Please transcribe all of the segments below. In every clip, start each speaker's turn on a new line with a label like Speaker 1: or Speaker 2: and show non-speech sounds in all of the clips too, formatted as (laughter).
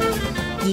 Speaker 1: 而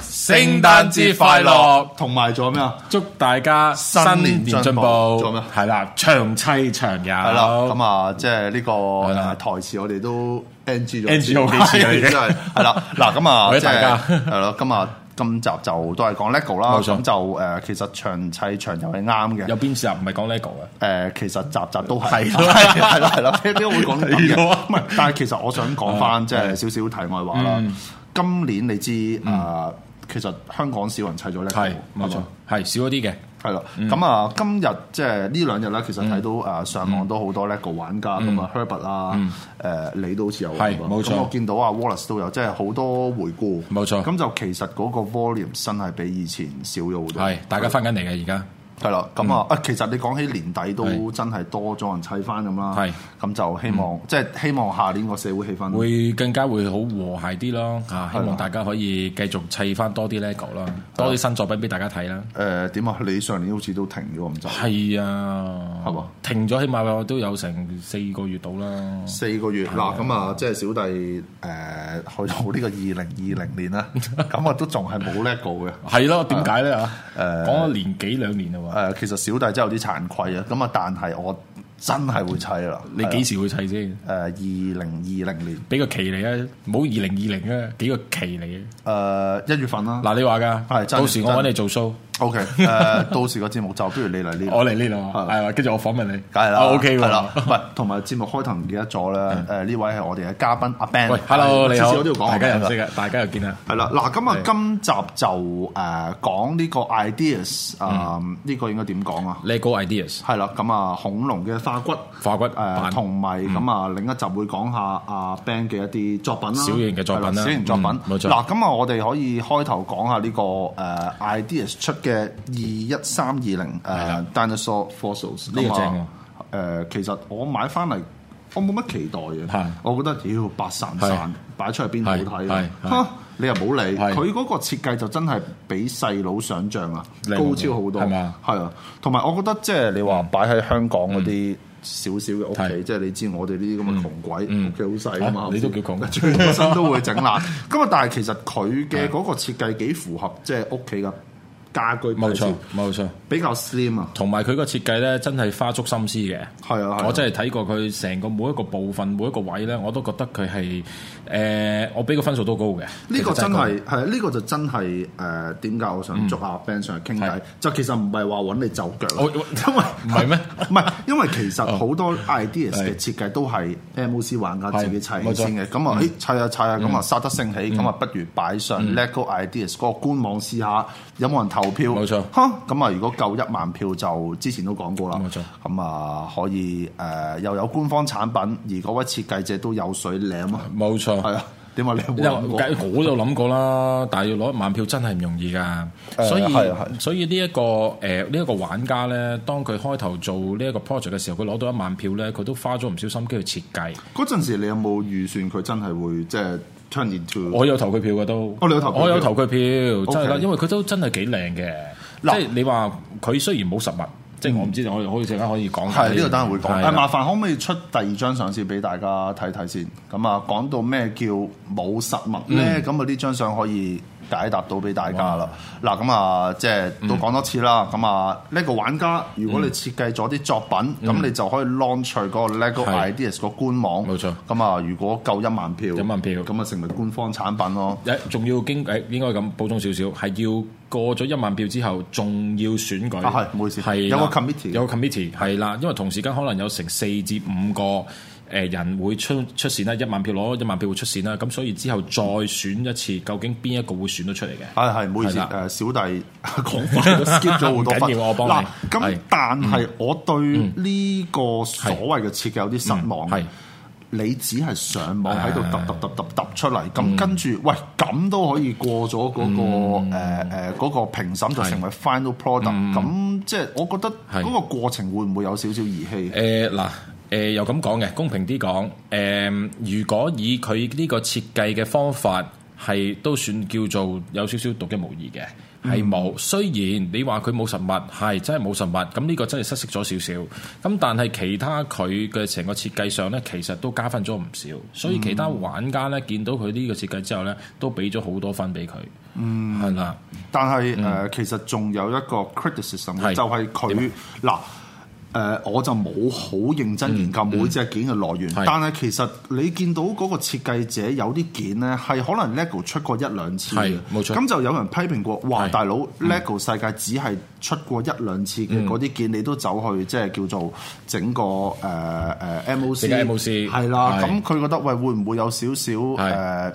Speaker 2: 聖誕節快樂，
Speaker 3: 同埋仲有咩啊？
Speaker 2: 祝大家新年
Speaker 3: 新年進
Speaker 2: 進
Speaker 3: 步
Speaker 2: 步，
Speaker 3: 做咩
Speaker 2: 係啦，長砌長有，
Speaker 3: 係
Speaker 2: 係
Speaker 3: 啦，咁啊，即係呢個誒
Speaker 2: 啦
Speaker 3: 台詞我哋都 NG 咗
Speaker 2: NG 咗幾次啦已經
Speaker 3: 真
Speaker 2: (laughs)
Speaker 3: 係係啦。嗱，咁啊，
Speaker 2: 為咗
Speaker 3: 即係
Speaker 2: 大家
Speaker 3: 係咯，今日今集就都係講 LEGO 啦，
Speaker 2: 冇錯
Speaker 3: 咁就誒其實長砌長遊係啱嘅
Speaker 2: 有。邊集唔係講 LEGO 啊嘅？
Speaker 3: 誒、其實集集都係
Speaker 2: 係
Speaker 3: (laughs)
Speaker 2: 咯
Speaker 3: 係係啦係
Speaker 2: (laughs)
Speaker 3: 啦，點解會講呢啲
Speaker 2: 係
Speaker 3: 嘢
Speaker 2: 咯？
Speaker 3: 唔係，但係其實我想講翻即係少少題外話啦。
Speaker 2: 嗯
Speaker 3: 今年你知誒、其實香港少人砌咗 LEGO，
Speaker 2: 係冇
Speaker 3: 係
Speaker 2: 錯
Speaker 3: 嘛，
Speaker 2: 係少咗啲嘅，
Speaker 3: 係啦，
Speaker 2: 嗯
Speaker 3: 咁啊，今日即係呢兩日咧，其實睇到誒啊上
Speaker 2: 嗯
Speaker 3: 網都好多 LEGO 玩家，咁啊 Herbert 啊，誒你都好似有玩
Speaker 2: 係
Speaker 3: 喎，
Speaker 2: 冇錯
Speaker 3: 咁我見到啊 Wallace 都有，即係好多回顧，
Speaker 2: 冇錯
Speaker 3: 咁就其實嗰個 volume 真係比以前少咗好多，
Speaker 2: 係大家翻緊嚟嘅而家，
Speaker 3: 係啦，咁啊啊，其實你講起年底都
Speaker 2: 係
Speaker 3: 真係多咗人砌翻咁啦，
Speaker 2: 係嗯
Speaker 3: 咁就希望即係希望下年個社會氣氛
Speaker 2: 會更加會好和諧啲咯嚇，希望大家可以繼續砌翻多啲 LEGO 啦，多啲新作品俾大家睇啦。
Speaker 3: 誒點啊？你上年好似都停咗咁滯，
Speaker 2: 係啊，
Speaker 3: 係嘛？
Speaker 2: 停咗，起碼我都有成四個月到啦。
Speaker 3: 四個月嗱，咁啊，即係小弟誒、去到呢個二零二零年啦，
Speaker 2: (laughs)
Speaker 3: 咁啊都仲係冇 LEGO 嘅。
Speaker 2: 係咯，點解咧啊？
Speaker 3: 誒
Speaker 2: 講咗年幾兩年
Speaker 3: 誒、
Speaker 2: 啦
Speaker 3: 其實小弟真係有啲慚愧啊，咁啊，但係我真係會砌啦。
Speaker 2: 喎，你幾時會砌先？
Speaker 3: 誒二零二零年
Speaker 2: 俾個期你啊，唔好二零二零啊，幾個期你啊。
Speaker 3: 誒一、月份
Speaker 2: (laughs)
Speaker 3: 啦。嗱
Speaker 2: 嗱，你話㗎，
Speaker 3: 係真
Speaker 2: 到時我揾
Speaker 3: 真
Speaker 2: 你做 show， (laughs)
Speaker 3: ，OK，誒、到時個節目就不如你嚟呢度
Speaker 2: 我。嚟呢度
Speaker 3: 係
Speaker 2: 啊，係嘛？跟住我訪問你，
Speaker 3: 梗係啦
Speaker 2: 啊，OK
Speaker 3: 係啦，
Speaker 2: 喎嗯
Speaker 3: 唔。係同埋節目開頭唔記得咗咧，誒呢位係我哋嘅嘉賓阿 Ben，
Speaker 2: 喂，Hello，你
Speaker 3: 次次
Speaker 2: 好
Speaker 3: 我都要，講
Speaker 2: 大家
Speaker 3: 我名
Speaker 2: 又
Speaker 3: 㗎
Speaker 2: 識嘅，大家又見啦。
Speaker 3: 係啦，嗱，咁啊
Speaker 2: 係，
Speaker 3: 今集就誒、講呢個 ideas，誒、呢個應該點講啊？
Speaker 2: Lego ideas
Speaker 3: 係啦，咁啊，恐龍嘅化骨，
Speaker 2: 化骨嗯
Speaker 3: 誒
Speaker 2: 版
Speaker 3: 同埋咁啊，另一集會講下阿 Ben 嘅一啲作品啦，
Speaker 2: 小型嘅作品啦
Speaker 3: 係小型作品，
Speaker 2: 嗯冇錯
Speaker 3: 嗱，咁啊，我哋可以開頭講下呢個誒 ideas 出嘅二一三二零誒
Speaker 2: 啦
Speaker 3: dinosaur fossils
Speaker 2: 呢個正喎
Speaker 3: 咁啊誒，其實我買翻嚟。我冇乜期待
Speaker 2: 係
Speaker 3: 嘅，我覺得屌白散
Speaker 2: 係
Speaker 3: 散擺出嚟邊好睇啊
Speaker 2: 係係
Speaker 3: 嚇你又冇理
Speaker 2: 係
Speaker 3: 佢嗰個設計就真係比細佬想像啊
Speaker 2: 靚好
Speaker 3: 高
Speaker 2: 多
Speaker 3: 超好多，
Speaker 2: 係嘛
Speaker 3: 係啊，同埋我覺得即係你話擺喺香港嗰啲少少嘅屋企，
Speaker 2: 嗯係
Speaker 3: 即係你知我哋呢啲咁嘅窮鬼
Speaker 2: 嗯
Speaker 3: 屋企好細啊嘛
Speaker 2: 啊，
Speaker 3: 係咪
Speaker 2: 你都叫
Speaker 3: (laughs)
Speaker 2: 窮
Speaker 3: 全個身都會整爛。咁啊，但係其實佢嘅
Speaker 2: (laughs)
Speaker 3: 嗰個設計幾符合即係屋企嘅家居
Speaker 2: 冇
Speaker 3: 擺設
Speaker 2: 錯，冇錯。
Speaker 3: 比較 slim 啊，
Speaker 2: 同埋佢個設計咧，真係花足心思嘅。
Speaker 3: 係啊係啊
Speaker 2: 我真係睇過佢成個每一個部分、每一個位咧，我都覺得佢係誒，我俾個分數都高嘅。
Speaker 3: 呢個
Speaker 2: 其實
Speaker 3: 真
Speaker 2: 高
Speaker 3: 係係啊呢個就真係誒點解我想捉阿 Ben 上去傾偈
Speaker 2: 嗯係，
Speaker 3: 就其實唔係話揾你就腳啊，
Speaker 2: 我
Speaker 3: 因為
Speaker 2: 唔係咩？
Speaker 3: (laughs)
Speaker 2: 哦
Speaker 3: 唔係，因為其實好多 ideas
Speaker 2: 係
Speaker 3: 嘅設計都係 MOC 玩家自己砌
Speaker 2: 係冇錯嗯
Speaker 3: 先嘅，咁啊，誒砌下砌下，咁啊殺得興起，咁啊不如擺上 LEGO Ideas 嗰個官網試下，有冇人投票？
Speaker 2: 冇錯
Speaker 3: 嚇咁啊，如果夠一萬票就之前都講過啦，
Speaker 2: 冇錯
Speaker 3: 咁啊可以誒又有官方產品，而嗰位設計者都有水舐啊，
Speaker 2: 冇錯。
Speaker 3: 係啊，點啊？你有冇
Speaker 2: 因為
Speaker 3: 諗過
Speaker 2: 計我都有諗過啦，但係要攞一萬票真係唔容易㗎，
Speaker 3: 誒
Speaker 2: 所
Speaker 3: 係啊係
Speaker 2: 以所以呢一個誒呢一個玩家咧，當佢開頭做呢一個 project 嘅時候，佢攞到一萬票咧，佢都花咗唔少心機去設計。
Speaker 3: 嗰陣時，你有冇預算佢真係會即係 turn into？
Speaker 2: 我有投佢票嘅都，
Speaker 3: 哦你有投佢票
Speaker 2: 我有投佢票，真係啦
Speaker 3: OK，
Speaker 2: 因為佢都真係幾靚嘅。即
Speaker 3: 嗱
Speaker 2: 係你話佢雖然冇實物，即係我唔知，我哋可以陣間可以講下
Speaker 3: 係呢個單會講。
Speaker 2: 係
Speaker 3: 誒，麻
Speaker 2: 啦
Speaker 3: 煩可唔可以出第二張相先俾大家睇睇先？咁啊，講到咩叫冇實物
Speaker 2: 嗯
Speaker 3: 咧？咁啊，呢張相可以解答到俾大家啦。嗱，咁啊，即係都講多次啦。
Speaker 2: 嗯
Speaker 3: 咁啊，LEGO 玩家，如果你設計咗啲作品，咁你就可以 launch 佢嗰個 LEGO
Speaker 2: 嗯係
Speaker 3: Ideas 個官網。
Speaker 2: 冇錯
Speaker 3: 咁啊，如果夠一萬票，
Speaker 2: 一萬票
Speaker 3: 咁啊，成為官方產品咯。
Speaker 2: 誒仲要經誒應該咁補充少少，係要過咗一萬票之後，仲要選舉。
Speaker 3: 啊係唔好意思
Speaker 2: 係
Speaker 3: 有
Speaker 2: 啦
Speaker 3: 個 committee
Speaker 2: 有個 committee 係啦，因為同時間可能有成四至五個。誒人會出出線啦，一萬票攞一萬票會出線啦，咁所以之後再選一次，究竟邊一個會選得出嚟嘅？
Speaker 3: 係係，唔好意思，
Speaker 2: 係啦
Speaker 3: 誒小弟 (laughs) 講翻 skip 咗好多
Speaker 2: (laughs) 唔緊
Speaker 3: 分。
Speaker 2: 要我幫你
Speaker 3: 嗱，咁
Speaker 2: 係嗯
Speaker 3: 但係我對呢個所謂嘅設計有啲失望。
Speaker 2: 嗯係
Speaker 3: 你只係上網喺度揼揼揼揼揼出嚟，
Speaker 2: 嗯
Speaker 3: 咁跟住喂咁都可以過咗嗰個誒誒嗰個評審就成為 final product，咁即係我覺得
Speaker 2: 嗯係
Speaker 3: 嗰個過程會唔會有少少兒戲？
Speaker 2: 誒呃嗱誒又咁講嘅，公平啲講誒，如果以佢呢個設計嘅方法係都算叫做有少少獨一無二嘅，係冇。雖然你話佢冇實物，係真係冇實物，咁呢個真係失色咗少少。咁但係其他佢嘅成個設計上咧，其實都加分咗唔少，所以其他玩家咧見到佢呢個設計之後咧，都俾咗好多分俾佢。嗯，係啦，
Speaker 3: 但係誒、呃其實仲有一個 criticism 嘅
Speaker 2: 嗯係啊
Speaker 3: 就係佢嗱誒，我就冇好認真研究每隻件嘅來源，
Speaker 2: 嗯係
Speaker 3: 但係其實你見到嗰個設計者有啲件咧係可能 LEGO 出過一兩次嘅
Speaker 2: 係，冇錯
Speaker 3: 咁就有人批評過，哇！
Speaker 2: 係嗯
Speaker 3: 大佬 LEGO 世界只係出過一兩次嘅嗰啲件，你都走去即係叫做整個呃誒誒 MOC，
Speaker 2: 整個 MOC
Speaker 3: 係啦，
Speaker 2: 係
Speaker 3: 咁佢覺得喂會唔會有少少
Speaker 2: 係
Speaker 3: 誒？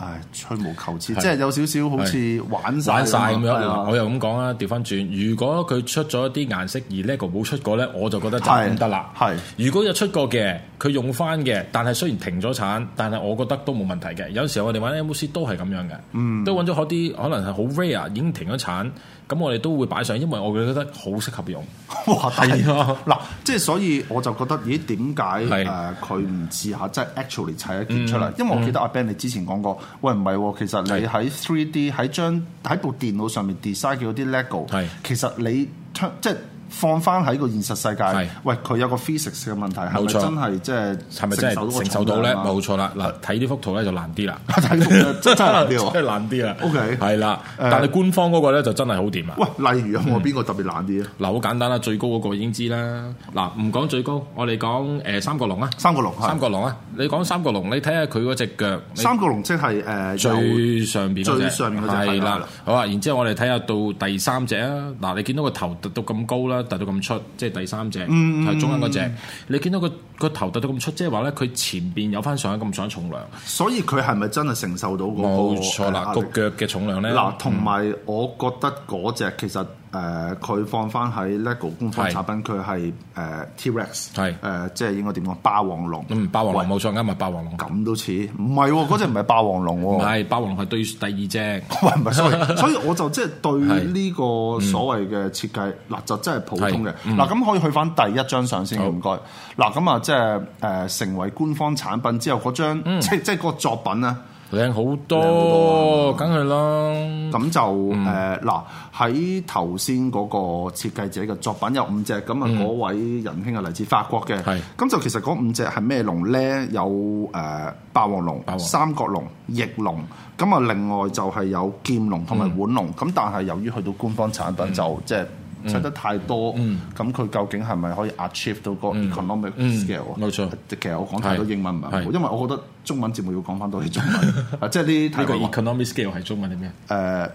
Speaker 3: 唉，吹毛求疵，即係有少少好似玩
Speaker 2: 玩晒咁樣。
Speaker 3: 係啊 (laughs)
Speaker 2: 嗱我又咁講啦，調翻轉，如果佢出咗一啲顏色而 LEGO 冇出過咧，我就覺得就
Speaker 3: 係
Speaker 2: 唔得啦。
Speaker 3: 係
Speaker 2: 如果有出過嘅，佢用翻嘅，但係雖然停咗產，但係我覺得都冇問題嘅。有時候我哋玩 MOC 都係咁樣嘅，
Speaker 3: 嗯
Speaker 2: 都揾咗嗰啲可能係好 rare 已經停咗產，咁我哋都會擺上，因為我覺得好適合用。
Speaker 3: 哇！係
Speaker 2: 係
Speaker 3: 啊
Speaker 2: 啊，
Speaker 3: 嗱，即係所以我就覺得，咦？點解
Speaker 2: 係嗯
Speaker 3: 誒佢唔試下即係 actually 砌一件出嚟？因為我記得阿 Ben 你之前講過，喂唔係喎，其實你喺 three D 喺張喺部電腦上面 design 嘅嗰啲 lego，
Speaker 2: 係
Speaker 3: 其實你 turn- 即係。放翻喺個現實世界
Speaker 2: 係，
Speaker 3: 喂佢有個 physics 嘅問題，係咪
Speaker 2: 冇錯
Speaker 3: 真係即係
Speaker 2: 係咪真係
Speaker 3: 個
Speaker 2: 承受到咧？
Speaker 3: 重量 (laughs) 啊
Speaker 2: 冇錯啦，嗱睇呢幅圖咧就難啲啦，
Speaker 3: 睇幅圖 (laughs) 真真係難啲喎
Speaker 2: (laughs) 真係難啲啦。
Speaker 3: OK
Speaker 2: 係啦，但係官方嗰個咧就真係好掂啦。啊
Speaker 3: 喂，例
Speaker 2: 嗯
Speaker 3: 如有冇邊個特別難啲啊？
Speaker 2: 嗱，好簡單啦，最高嗰個已經知啦。嗱，唔講最高，我哋講誒三角龍啊，
Speaker 3: 三個龍，
Speaker 2: 三
Speaker 3: 係
Speaker 2: 角龍啊，你講三角龍，你睇下佢嗰只腳，你
Speaker 3: 三個龍即係誒有
Speaker 2: 最上邊嗰隻
Speaker 3: 最上面嗰隻係
Speaker 2: 係
Speaker 3: 啦係
Speaker 2: 啦
Speaker 3: 啦，
Speaker 2: 好啊，然之後我哋睇下到第三隻啊，嗱，你見到個頭突到咁高啦，突到咁出，即係第三
Speaker 3: 嗯
Speaker 2: 隻，係中間嗰隻，你見到個個頭突到咁出，即係話咧佢前邊有翻上咁上重量，
Speaker 3: 所以佢係咪真係承受到嗰個
Speaker 2: 冇錯
Speaker 3: 呃壓
Speaker 2: 啦，
Speaker 3: 力
Speaker 2: 個腳嘅重量咧，
Speaker 3: 嗱，同埋我覺得嗰只其實誒佢放翻喺 LEGO 官方
Speaker 2: 係
Speaker 3: 產品，佢係誒 T-Rex，
Speaker 2: 係
Speaker 3: 誒即係應該點講？霸王龍
Speaker 2: 嗯，霸王龍冇錯，啱啊，霸王龍，
Speaker 3: 咁都似，唔係喎，嗰只唔係霸王龍
Speaker 2: 唔
Speaker 3: 喎。
Speaker 2: 係霸王龍係對第二隻。
Speaker 3: (laughs) 喂，
Speaker 2: (laughs)
Speaker 3: 唔係，sorry，所以我就即係對
Speaker 2: 係嗯
Speaker 3: 呢個所謂嘅設計，嗱就真係普通嘅。
Speaker 2: 係嗯
Speaker 3: 嗱咁可以去翻第一張相先，
Speaker 2: 好
Speaker 3: 唔該。嗱咁啊，即係誒成為官方產品之後嗰張，
Speaker 2: 嗯
Speaker 3: 即即係個作品啊咧。
Speaker 2: 靚好多，啊梗係啦。
Speaker 3: 咁就
Speaker 2: 嗯
Speaker 3: 誒嗱喺頭先嗰個設計者嘅作品有五隻，咁啊嗰位仁兄係嚟自法國嘅
Speaker 2: 嗯係，
Speaker 3: 咁就其實嗰五隻係咩龍咧？有誒霸王龍
Speaker 2: 霸、王
Speaker 3: 三角龍、翼龍，咁啊另外就係有劍龍同埋
Speaker 2: 嗯
Speaker 3: 腕龍，咁但係由於去到官方產品就即係。
Speaker 2: 嗯
Speaker 3: 出得太多，咁佢究竟係咪可以 achieve 到個 economic
Speaker 2: 嗯
Speaker 3: scale 啊？
Speaker 2: 冇錯
Speaker 3: 其實我講太多
Speaker 2: 係
Speaker 3: 英文唔係好，
Speaker 2: 係
Speaker 3: 因為我覺得中文節目要講翻多啲中
Speaker 2: (laughs)
Speaker 3: 文，啊即係呢啲
Speaker 2: 呢個
Speaker 3: 題目
Speaker 2: economic scale 係中文定咩？
Speaker 3: 誒，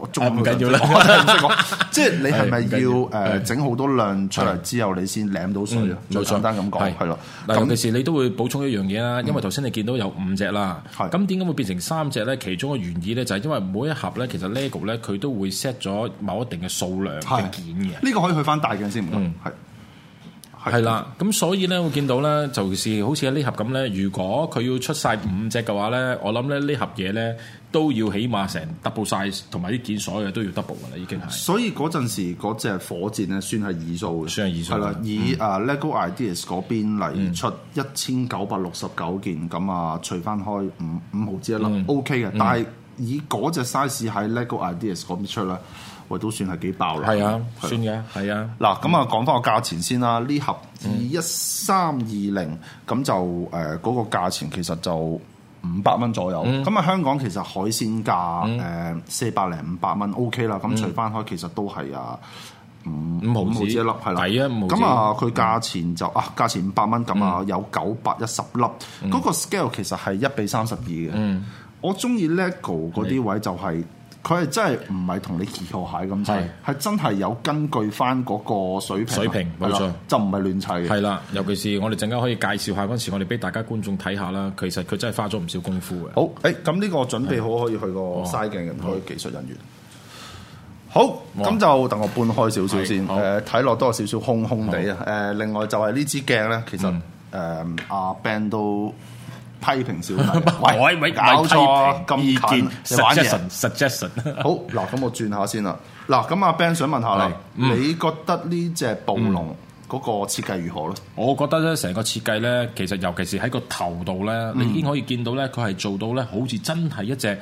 Speaker 3: 我中
Speaker 2: 啊唔緊要啦
Speaker 3: 我真係唔識講， (laughs) 即係你係咪
Speaker 2: 係唔緊要
Speaker 3: 要誒
Speaker 2: 係
Speaker 3: 整好多量出嚟之後，你先舐到
Speaker 2: 嗯
Speaker 3: 水啊？最簡單咁講，係咯。
Speaker 2: 嗱，尤其
Speaker 3: 咁嗯
Speaker 2: 是你都會補充一樣嘢啦，因為頭先你見到有五隻啦，
Speaker 3: 係
Speaker 2: 咁點解會變成三隻咧？其中嘅原意咧就係因為每一盒咧，其實 LEGO 咧佢都會 set 咗某一定嘅數量
Speaker 3: 係
Speaker 2: 嘅件嘅。嗯
Speaker 3: 呢個可以去翻大鏡先，唔該，係
Speaker 2: 係啦，咁所以咧，我見到咧，就是好似喺呢盒咁咧，如果佢要出晒五隻嘅話咧，我諗咧呢盒嘢咧都要起碼成 double size，同埋啲件所有嘢都要 double 噶啦，已經係。
Speaker 3: 所以嗰陣時嗰隻火箭咧，算係二數嘅，
Speaker 2: 算係二數嗯
Speaker 3: 係啦，以啊 LEGO Ideas 嗰邊嚟出一千九百六十九件，咁啊除翻開五五毫子一
Speaker 2: 嗯
Speaker 3: 粒，OK 嘅。但係以嗰隻 size 喺 LEGO Ideas 嗰邊出咧，喂都算係幾爆啦。
Speaker 2: 係啊，
Speaker 3: 係
Speaker 2: 算嘅，係啊。
Speaker 3: 嗱，咁啊講翻個價錢先啦，呢盒二一三二零，咁就誒嗰個價錢其實就五百蚊左右。
Speaker 2: 嗯
Speaker 3: 咁啊香港其實海鮮價誒四百零五百蚊 OK 啦，咁除翻開其實都係啊。
Speaker 2: 嗯五毫
Speaker 3: 五毫
Speaker 2: 子
Speaker 3: 子一粒係啦，
Speaker 2: 抵啊五毫子
Speaker 3: 咁啊，佢價錢就啊，價錢五百蚊咁
Speaker 2: 嗯
Speaker 3: 啊，有九百一十粒，嗰個 scale 其實係一比三十二嘅。
Speaker 2: 嗯
Speaker 3: 我中意 LEGO 嗰啲位就係佢係真係唔係同你二號蟹咁砌
Speaker 2: 係，
Speaker 3: 係真係有根據翻嗰個水平啊
Speaker 2: 水平冇
Speaker 3: 係啦
Speaker 2: 錯
Speaker 3: 就唔係亂砌嘅。
Speaker 2: 係啦，尤其是我哋陣間可以介紹下嗰陣時，我哋俾大家觀眾睇下啦。其實佢真係花咗唔少功夫嘅。
Speaker 3: 好，誒咁呢個準備好可以去個嘥鏡嘅，唔該技術人員。好，咁就等我搬開少少先，
Speaker 2: 係好，
Speaker 3: 誒睇落都有少少空空地啊。誒另外就係呢支鏡咧，其實誒誒阿 Ben 都批評小弟
Speaker 2: (laughs) 喂喂，
Speaker 3: 搞錯啊咁
Speaker 2: 意
Speaker 3: 近
Speaker 2: 見
Speaker 3: 你玩嘢。
Speaker 2: suggestion suggestion，
Speaker 3: 好嗱，咁我轉下先啦。嗱，咁阿 Ben 想問下
Speaker 2: 係嗯
Speaker 3: 你，你覺得呢只暴龍嗰個設計如何咧？
Speaker 2: (laughs) 我覺得咧成個設計咧，其實尤其是喺個頭度咧，
Speaker 3: 嗯
Speaker 2: 你已經可以見到咧，佢係做到咧，好似真係一隻誒、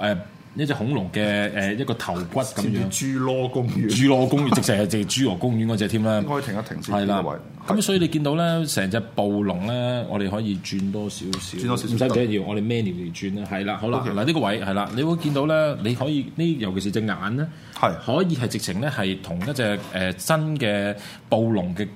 Speaker 2: 呃一隻恐龍嘅誒一個頭骨咁樣。
Speaker 3: 似侏羅公園，
Speaker 2: 侏羅公園直情係直情侏羅公園嗰只添啦。
Speaker 3: 應該停一停先。
Speaker 2: 係
Speaker 3: 呢
Speaker 2: 啦
Speaker 3: 個位，
Speaker 2: 咁所以你見到咧，成隻暴龍咧，我哋可以轉多少少，
Speaker 3: 轉多少少
Speaker 2: 唔使唔緊要，我哋 menu 嚟轉啦，係啦，好啦，
Speaker 3: OK
Speaker 2: 嗱呢個位係啦，你會見到咧，你可以呢，尤其是隻眼咧，
Speaker 3: 係
Speaker 2: 可以係直情咧係同一隻誒、呃真嘅暴龍嘅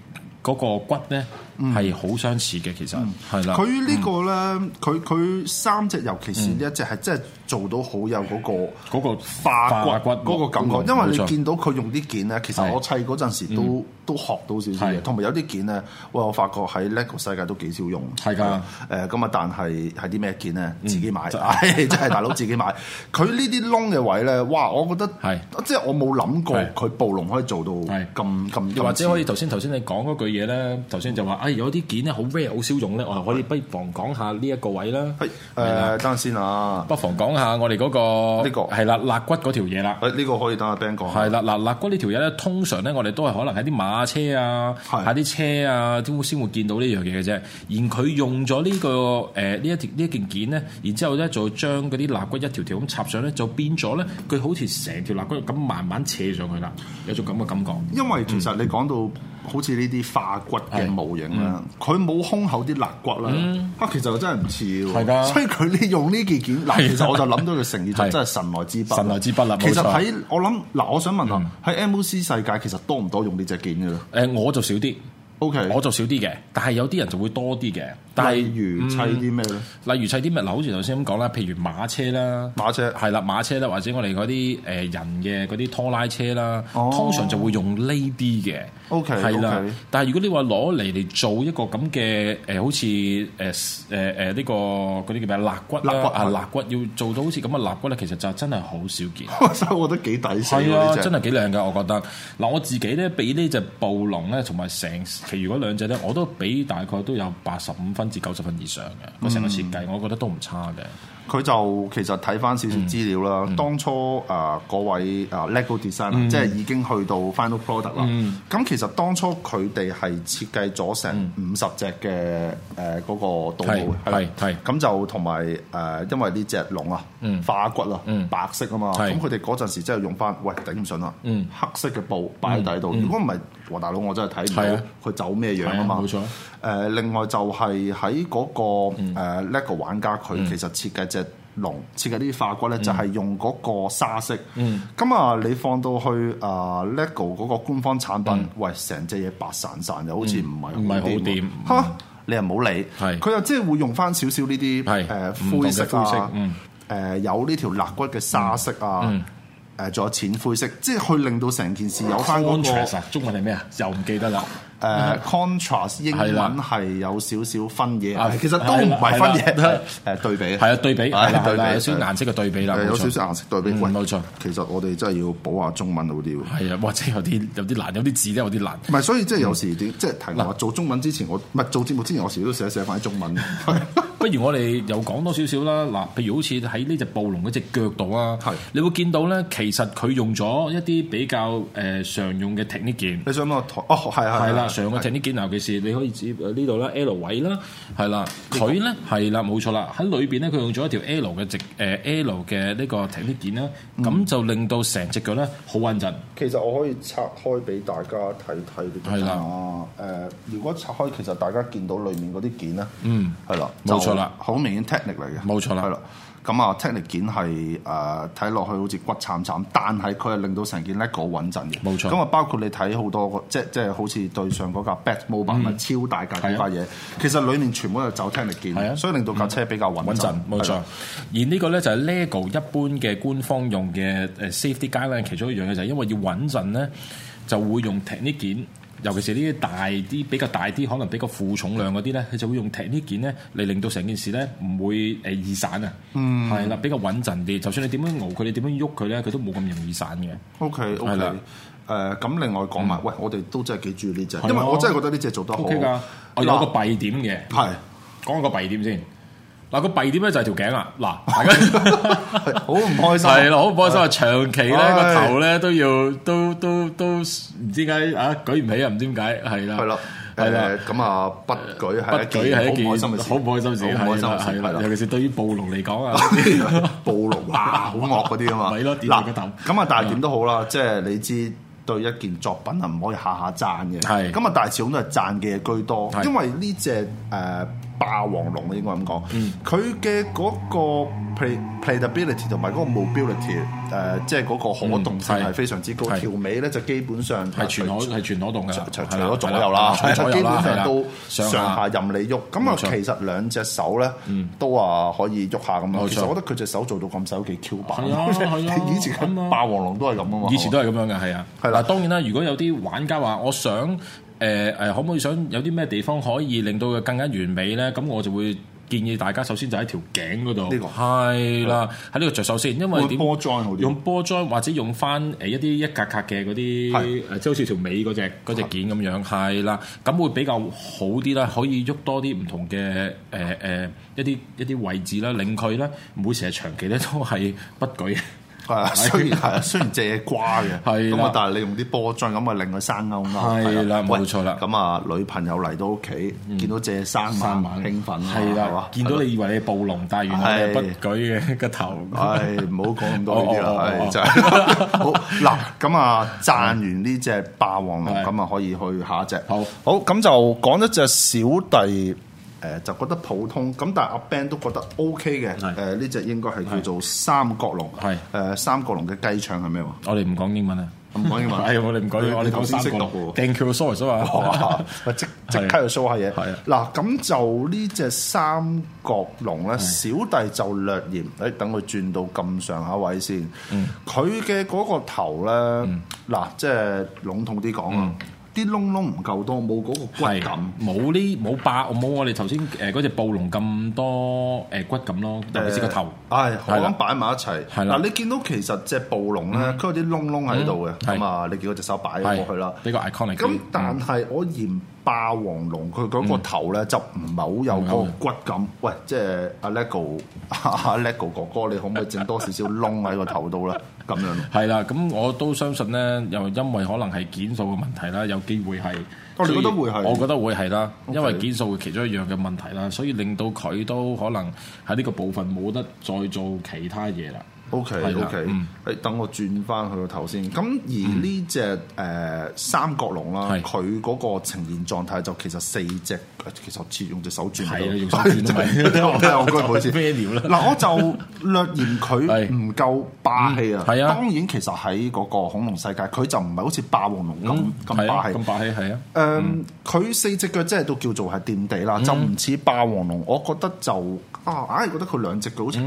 Speaker 2: 嗰個骨咧係好相似嘅，其實係
Speaker 3: 嗯
Speaker 2: 啦，嗯
Speaker 3: 佢呢個咧，佢佢三隻，尤其是呢一隻係真係做到好有嗰個。
Speaker 2: 嗰個
Speaker 3: 化骨
Speaker 2: 骨
Speaker 3: 嗰個感覺，
Speaker 2: 嗰個
Speaker 3: 因為你
Speaker 2: 冇錯
Speaker 3: 見到佢用啲件咧，其實
Speaker 2: 係嗯
Speaker 3: 我砌嗰陣時都都學到少少嘢，
Speaker 2: 係
Speaker 3: 同埋有啲件咧，喂，我發覺喺 LEGO 世界都幾少用。
Speaker 2: 係㗎嗯
Speaker 3: 啦誒咁啊，但係係啲咩件咧？自己買，唉真 (laughs) 係大佬自己買。佢呢啲窿嘅位咧，哇！我覺得
Speaker 2: 係
Speaker 3: 即係我冇諗過
Speaker 2: 係
Speaker 3: 佢暴龍可以做到
Speaker 2: 係
Speaker 3: 咁咁，
Speaker 2: 又或者
Speaker 3: 咁
Speaker 2: 可以頭先頭先你講嗰句嘢咧，頭先就話，哎有啲件咧好 rare 好少用咧，我哋可以不妨講下呢一個位啦。
Speaker 3: 似係誒等陣先啊！
Speaker 2: 不妨講下我哋嗰、個
Speaker 3: 呢個
Speaker 2: 係啦，肋骨嗰條嘢啦。
Speaker 3: 誒呢個可以等阿 Ben 講。
Speaker 2: 係啦，嗱，肋骨呢條嘢咧，通常咧，我哋都係可能喺啲馬車啊，
Speaker 3: 係
Speaker 2: 喺啲車啊，都先會見到呢樣嘢嘅啫。而佢用咗呢、個誒呢、一條呢一件件咧，然之後咧就將嗰啲肋骨一條條咁插上咧，就變咗咧，佢好似成條肋骨咁慢慢斜上去啦，有種咁嘅感覺。
Speaker 3: 因為其
Speaker 2: 嗯
Speaker 3: 實你講到好似呢啲化骨嘅模型啦，
Speaker 2: 嗯
Speaker 3: 佢冇胸口啲肋骨啦，啊其實真係唔似
Speaker 2: 係
Speaker 3: 喎，
Speaker 2: 嗯㗎
Speaker 3: 所以佢呢用呢件件嗱，
Speaker 2: 係
Speaker 3: 其實我就諗到佢成
Speaker 2: (laughs)
Speaker 3: 語就
Speaker 2: 係
Speaker 3: 真係神來之筆，
Speaker 2: 神來之筆啦冇錯嗯
Speaker 3: 其實喺我諗嗱，我想問下喺 MOC 世界其實多唔多用呢隻件嘅咧
Speaker 2: 誒、我就少啲，
Speaker 3: ？OK，
Speaker 2: 我就少啲嘅，但係有啲人就會多啲嘅。但
Speaker 3: 例
Speaker 2: 係嗯
Speaker 3: 如砌啲咩咧？
Speaker 2: 例如砌啲物，嗱，好似頭先咁講啦，譬如馬車啦，
Speaker 3: 馬車
Speaker 2: 係啦，馬車啦，或者我哋嗰啲誒人嘅嗰啲拖拉車啦，
Speaker 3: 哦
Speaker 2: 通常就會用呢啲嘅。
Speaker 3: OK，
Speaker 2: 係啦
Speaker 3: OK。
Speaker 2: 但係如果你話攞嚟嚟做一個咁嘅誒，好似誒誒誒呢個嗰啲叫咩肋骨
Speaker 3: 肋
Speaker 2: 啦，
Speaker 3: 骨
Speaker 2: 啊
Speaker 3: 係
Speaker 2: 肋骨要做到好似咁嘅肋骨咧，其實就真係好少見。
Speaker 3: 所 (laughs) 以我覺得幾抵死喎
Speaker 2: 係
Speaker 3: 呢
Speaker 2: 啊，
Speaker 3: 隻
Speaker 2: 真係幾靚噶，我覺得。嗱，我自己咧俾呢只暴龍咧，同埋成其餘嗰兩隻咧，我都俾大概都有八十五分至九十分以上嘅。個成個設
Speaker 3: 嗯
Speaker 2: 計，我覺得都唔差嘅。
Speaker 3: 佢就其實睇翻少
Speaker 2: 嗯
Speaker 3: 少資料啦，當初啊嗰、位啊 LEGO designer、即
Speaker 2: 嗯
Speaker 3: 係已經去到 final product 啦。咁、其實當初佢哋係設計咗成五十隻嘅誒嗰個動物，
Speaker 2: 嗯係
Speaker 3: 啦
Speaker 2: 係係嗯
Speaker 3: 咁就同埋誒，因為呢只龍啊，化骨啊，白色啊嘛，
Speaker 2: 係
Speaker 3: 咁佢哋嗰陣時真係用翻，喂頂唔順啦，
Speaker 2: 嗯
Speaker 3: 黑色嘅布擺喺底度，如果唔係，哇大佬我真係睇
Speaker 2: 係
Speaker 3: 唔
Speaker 2: 啊
Speaker 3: 到佢走咩樣啊嘛，
Speaker 2: 係啊冇錯嗯
Speaker 3: 誒、另外就係喺嗰個誒 LEGO 玩家佢其實設計只龍，設計呢啲化骨
Speaker 2: 嗯
Speaker 3: 咧就係用嗰個沙色。咁啊、你放到去啊 LEGO 嗰個官方產品，喂，成隻嘢白散散，又好似唔係
Speaker 2: 嗯唔係好掂
Speaker 3: 喎嚇。你又唔好理，
Speaker 2: 係
Speaker 3: 佢又即係會用翻少少呢啲誒
Speaker 2: 係唔
Speaker 3: 灰
Speaker 2: 同嘅
Speaker 3: 色
Speaker 2: 灰色
Speaker 3: 啊，
Speaker 2: 嗯
Speaker 3: 誒有呢條肋骨嘅沙色啊，誒仲有淺灰色，即係去令到成件事有翻嗰個
Speaker 2: Contrast 啊，中文係咩啊？又唔記得啦。
Speaker 3: 誒呃 contrast 英
Speaker 2: 嗯係啦
Speaker 3: 文係有少少分野
Speaker 2: 啊，
Speaker 3: 其實都唔係分野
Speaker 2: 係啦，
Speaker 3: 誒對比
Speaker 2: 係啊，對比係啦，
Speaker 3: 對
Speaker 2: 係
Speaker 3: 比
Speaker 2: 啦，有少少顏色嘅對比啦，
Speaker 3: 誒
Speaker 2: 冇
Speaker 3: 有少
Speaker 2: 錯。
Speaker 3: 少顏色對比，
Speaker 2: 嗯
Speaker 3: 喂
Speaker 2: 冇錯
Speaker 3: 其實我哋真係要補下中文好啲喎。
Speaker 2: 係啊，或者有啲有啲難，有啲字咧有啲難。
Speaker 3: 唔係，所以即係有時啲
Speaker 2: 嗯
Speaker 3: 即係提我話做中文之前，我唔係做節目之前，我有時都寫寫翻啲中
Speaker 2: (laughs)
Speaker 3: 文。
Speaker 2: 不如我哋又講多少少啦。嗱，譬如好似喺呢只暴龍嗰只腳度啊
Speaker 3: 係，
Speaker 2: 你會見到咧，其實佢用咗一啲比較誒、呃常用嘅 technique 件。
Speaker 3: 你想問我台？哦，係係
Speaker 2: 係啦，上個 t e c 尤其是你可以指呃呢度啦，L 位啦，係啦，佢咧係啦，冇錯啦，喺裏邊咧佢用咗一條 L 嘅直誒呃 L 嘅呢個 t e c 啦，
Speaker 3: 嗯
Speaker 2: 咁就令到成隻腳咧好穩陣，
Speaker 3: 其實我可以拆開俾大家睇睇呢
Speaker 2: 係啦
Speaker 3: 啊，誒、如果拆開，其實大家見到裡面嗰啲件咧，
Speaker 2: 嗯，
Speaker 3: 係啦，
Speaker 2: 冇
Speaker 3: 就
Speaker 2: 錯啦
Speaker 3: 好明顯 technic 嚟嘅，
Speaker 2: 冇錯啦
Speaker 3: 係啦。咁啊，technic 件係誒睇落去好似骨慘慘，但係佢係令到成件 lego 穩陣嘅，
Speaker 2: 冇錯
Speaker 3: 咁啊，包括你睇好多個，即即係好似對上嗰架 Bat Mobile
Speaker 2: 嗯
Speaker 3: 咪超大架嗰架嘢，其實裡面全部都係走 technic
Speaker 2: 啊係啊
Speaker 3: 件，所以令到架車比較穩
Speaker 2: 穩陣冇
Speaker 3: 係
Speaker 2: 錯
Speaker 3: 啦。
Speaker 2: 而呢個咧就係 LEGO 一般嘅官方用嘅誒 safety guideline 其中一樣嘢就係因為要穩陣咧，就會用 t e c 件。尤其是呢啲大啲、比較大啲，可能比較負重量嗰啲咧，佢就會用 t e c 件咧嚟令到成件事咧唔會誒易散啊。嗯，係啦，比較穩陣啲。就算你點樣熬佢，你點樣喐佢咧，佢都冇咁容易散嘅。
Speaker 3: OK
Speaker 2: 係
Speaker 3: OK，
Speaker 2: 啦嗯
Speaker 3: 誒、誒咁另外講埋，喂，我哋都真係幾注意呢只，
Speaker 2: 係啊
Speaker 3: 因為我真係覺得呢只做得好。
Speaker 2: O K 㗎，哦我有個弊點嘅，
Speaker 3: 係
Speaker 2: 講個弊點先。嗱個弊點咧就係條頸啦， (laughs) 嗱大家。
Speaker 3: 係好唔開心。
Speaker 2: (laughs) 係啦，好唔開心啊！長期咧個
Speaker 3: 唉
Speaker 2: 頭咧都要都都都唔知點解啊舉唔起啊，唔知點解係啦，
Speaker 3: 係啦，
Speaker 2: 係啦
Speaker 3: 誒。咁啊，不舉
Speaker 2: 不
Speaker 3: 係
Speaker 2: 舉
Speaker 3: 一
Speaker 2: 係一
Speaker 3: 件好唔開
Speaker 2: 件
Speaker 3: 心嘅事，
Speaker 2: 好唔開心事，
Speaker 3: 好唔開心嘅
Speaker 2: 係
Speaker 3: 事，
Speaker 2: 啦
Speaker 3: 係
Speaker 2: 係啦
Speaker 3: 啦，
Speaker 2: 尤其是對於暴龍嚟 (laughs) 講啊，
Speaker 3: (laughs) 暴露啊，好惡嗰啲啊嘛。
Speaker 2: 咪咯跌落個頭
Speaker 3: 咁啊，但係點都好
Speaker 2: 嗯
Speaker 3: 啦，即係你知。對一件作品係唔可以下下讚嘅，
Speaker 2: 係
Speaker 3: 咁啊，但係始終都係讚嘅嘢居多，
Speaker 2: 係
Speaker 3: 因為呢只誒霸王龍啊應該咁講，
Speaker 2: 嗯
Speaker 3: 佢嘅嗰個 play playability 同埋嗰個 mobility 誒，即係嗰個可動性
Speaker 2: 嗯係
Speaker 3: 係非常之高，
Speaker 2: 係
Speaker 3: 條尾咧就基本上
Speaker 2: 係全可係全可動嘅，
Speaker 3: 除除除
Speaker 2: 係啦
Speaker 3: 咗左右啦，
Speaker 2: 係
Speaker 3: 基
Speaker 2: 左
Speaker 3: 本
Speaker 2: 右啦，係
Speaker 3: 上
Speaker 2: 啦
Speaker 3: 都
Speaker 2: 上
Speaker 3: 上
Speaker 2: 下
Speaker 3: 下任你喐。咁啊，
Speaker 2: 冇錯嗯
Speaker 3: 其實兩隻手咧都話可以喐下咁
Speaker 2: 冇錯
Speaker 3: 啊。其實我覺得佢隻手做到咁細都幾 Q 版。
Speaker 2: 係啊係啊
Speaker 3: (laughs) 以前
Speaker 2: 啱啊
Speaker 3: 佢霸王龍都係咁啊嘛。
Speaker 2: 以前都係咁樣嘅，係啊。
Speaker 3: 係啦
Speaker 2: 嗱，當然啦，如果有啲玩家話，我想誒誒、可唔可以想有啲咩地方可以令到佢更加完美咧？咁我就會建議大家首先就喺條頸嗰度，
Speaker 3: 呢個
Speaker 2: 係啦，喺呢度着手先，因為
Speaker 3: 用啊
Speaker 2: 點？
Speaker 3: 波 join 好啲
Speaker 2: 用波 join 或者用翻誒一啲一格格嘅嗰啲呃
Speaker 3: 係
Speaker 2: 誒，即係好似條尾嗰只嗰只件咁樣，係啦，咁會比較好啲啦，可以喐多啲唔同嘅誒誒一啲一啲位置啦，令佢咧唔會成日長期咧都係不舉。
Speaker 3: (laughs) 係啊，雖然係啊，雖然借瓜嘅，
Speaker 2: 係啦
Speaker 3: 咁啊，但係你用啲波樽咁啊，令佢生勾勾。
Speaker 2: 係啦
Speaker 3: 喂
Speaker 2: 冇錯啦嗯
Speaker 3: 咁啊，女朋友嚟到屋企，見到借生猛，興奮啊
Speaker 2: 係
Speaker 3: 係嘛
Speaker 2: 啦，見到你以為你係暴龍，但係原來你係不舉嘅個頭。
Speaker 3: 唉，唔好講咁多呢啲
Speaker 2: 哦哦
Speaker 3: 啦，
Speaker 2: 哦
Speaker 3: 唉，
Speaker 2: 哦
Speaker 3: 真係好嗱。咁啊，讚完呢只霸王龍，
Speaker 2: 係
Speaker 3: 咁啊可以去下一隻。
Speaker 2: 好
Speaker 3: 好咁就講一隻小弟。誒就覺得普通，咁但係阿 Ben 都覺得 O K 嘅。誒
Speaker 2: 係
Speaker 3: 呢只應該係叫做三角龍。
Speaker 2: 係
Speaker 3: 誒三角龍嘅雞腸係咩話？
Speaker 2: 我哋唔講英文啊，
Speaker 3: 咁講英文。
Speaker 2: 係我哋唔講英文，我哋
Speaker 3: 頭
Speaker 2: 講
Speaker 3: 先
Speaker 2: 三
Speaker 3: 識
Speaker 2: 個
Speaker 3: 讀喎。
Speaker 2: Dankosaurus (laughs)
Speaker 3: (laughs)
Speaker 2: 啊
Speaker 3: 哇
Speaker 2: 嘛。！
Speaker 3: 喂即即刻去 show 下嘢。
Speaker 2: 係啊
Speaker 3: 嗱，咁就呢只三角龍咧，小弟就略嫌，誒等佢轉到咁上下位先。佢嘅嗰個頭咧，嗱，即係籠統啲講啊，啲窿窿唔夠多，冇嗰個
Speaker 2: 係
Speaker 3: 骨感。
Speaker 2: 冇呢冇霸冇我哋頭先誒嗰只暴龍咁多誒骨咁咯，尤其是個頭。
Speaker 3: 誒，我
Speaker 2: 係啦
Speaker 3: 諗擺埋一齊。
Speaker 2: 係啦嗯
Speaker 3: 嗱，你見到其實只暴龍咧，佢有啲窿窿喺度嘅，
Speaker 2: 係
Speaker 3: 咁啊，你見到隻手擺咗
Speaker 2: 係
Speaker 3: 過去啦。
Speaker 2: 比較 iconic 啲。嗯
Speaker 3: 咁但係我嫌霸王龍佢嗰個頭咧就唔係好有嗰個骨感。喂，即係阿 LEGO 阿 LEGO 哥哥，你可唔可以整多少少窿喺個頭度咧？咁樣咯。
Speaker 2: 係啦，咁我都相信咧，又因為可能係件數嘅問題啦，有機會係。
Speaker 3: 哦你
Speaker 2: 所以
Speaker 3: 覺得會係
Speaker 2: 我覺得會係啦，
Speaker 3: OK
Speaker 2: 因為件數嘅其中一樣嘅問題啦，所以令到佢都可能喺呢個部分冇得再做其他嘢啦。
Speaker 3: O K
Speaker 2: 係
Speaker 3: O
Speaker 2: 啦
Speaker 3: K，
Speaker 2: 嗯
Speaker 3: 誒等我轉翻佢個頭先。咁而呢只誒三角龍啦，
Speaker 2: 係
Speaker 3: 佢嗰個呈現狀態就其實四隻，其實我似用隻手轉咪
Speaker 2: 係
Speaker 3: 得
Speaker 2: 啊，
Speaker 3: 咯。
Speaker 2: 用手
Speaker 3: (laughs)
Speaker 2: (laughs) 轉都咪
Speaker 3: 我真係戇居唔好意
Speaker 2: (laughs)
Speaker 3: 思
Speaker 2: 咩料啦？
Speaker 3: 嗱，我就略嫌佢
Speaker 2: 係
Speaker 3: 唔夠霸氣啊。
Speaker 2: 嗯係啊
Speaker 3: 當然其實喺嗰個恐龍世界，佢就唔係好似霸王龍咁
Speaker 2: 咁
Speaker 3: 咁霸氣
Speaker 2: 咁。霸氣嗯係啊，
Speaker 3: 誒，嗯佢四隻腳即係都叫做係掂地
Speaker 2: 嗯
Speaker 3: 啦，就唔似霸王龍。我覺得就
Speaker 2: 哦
Speaker 3: 啊，硬係覺得佢兩隻腳好似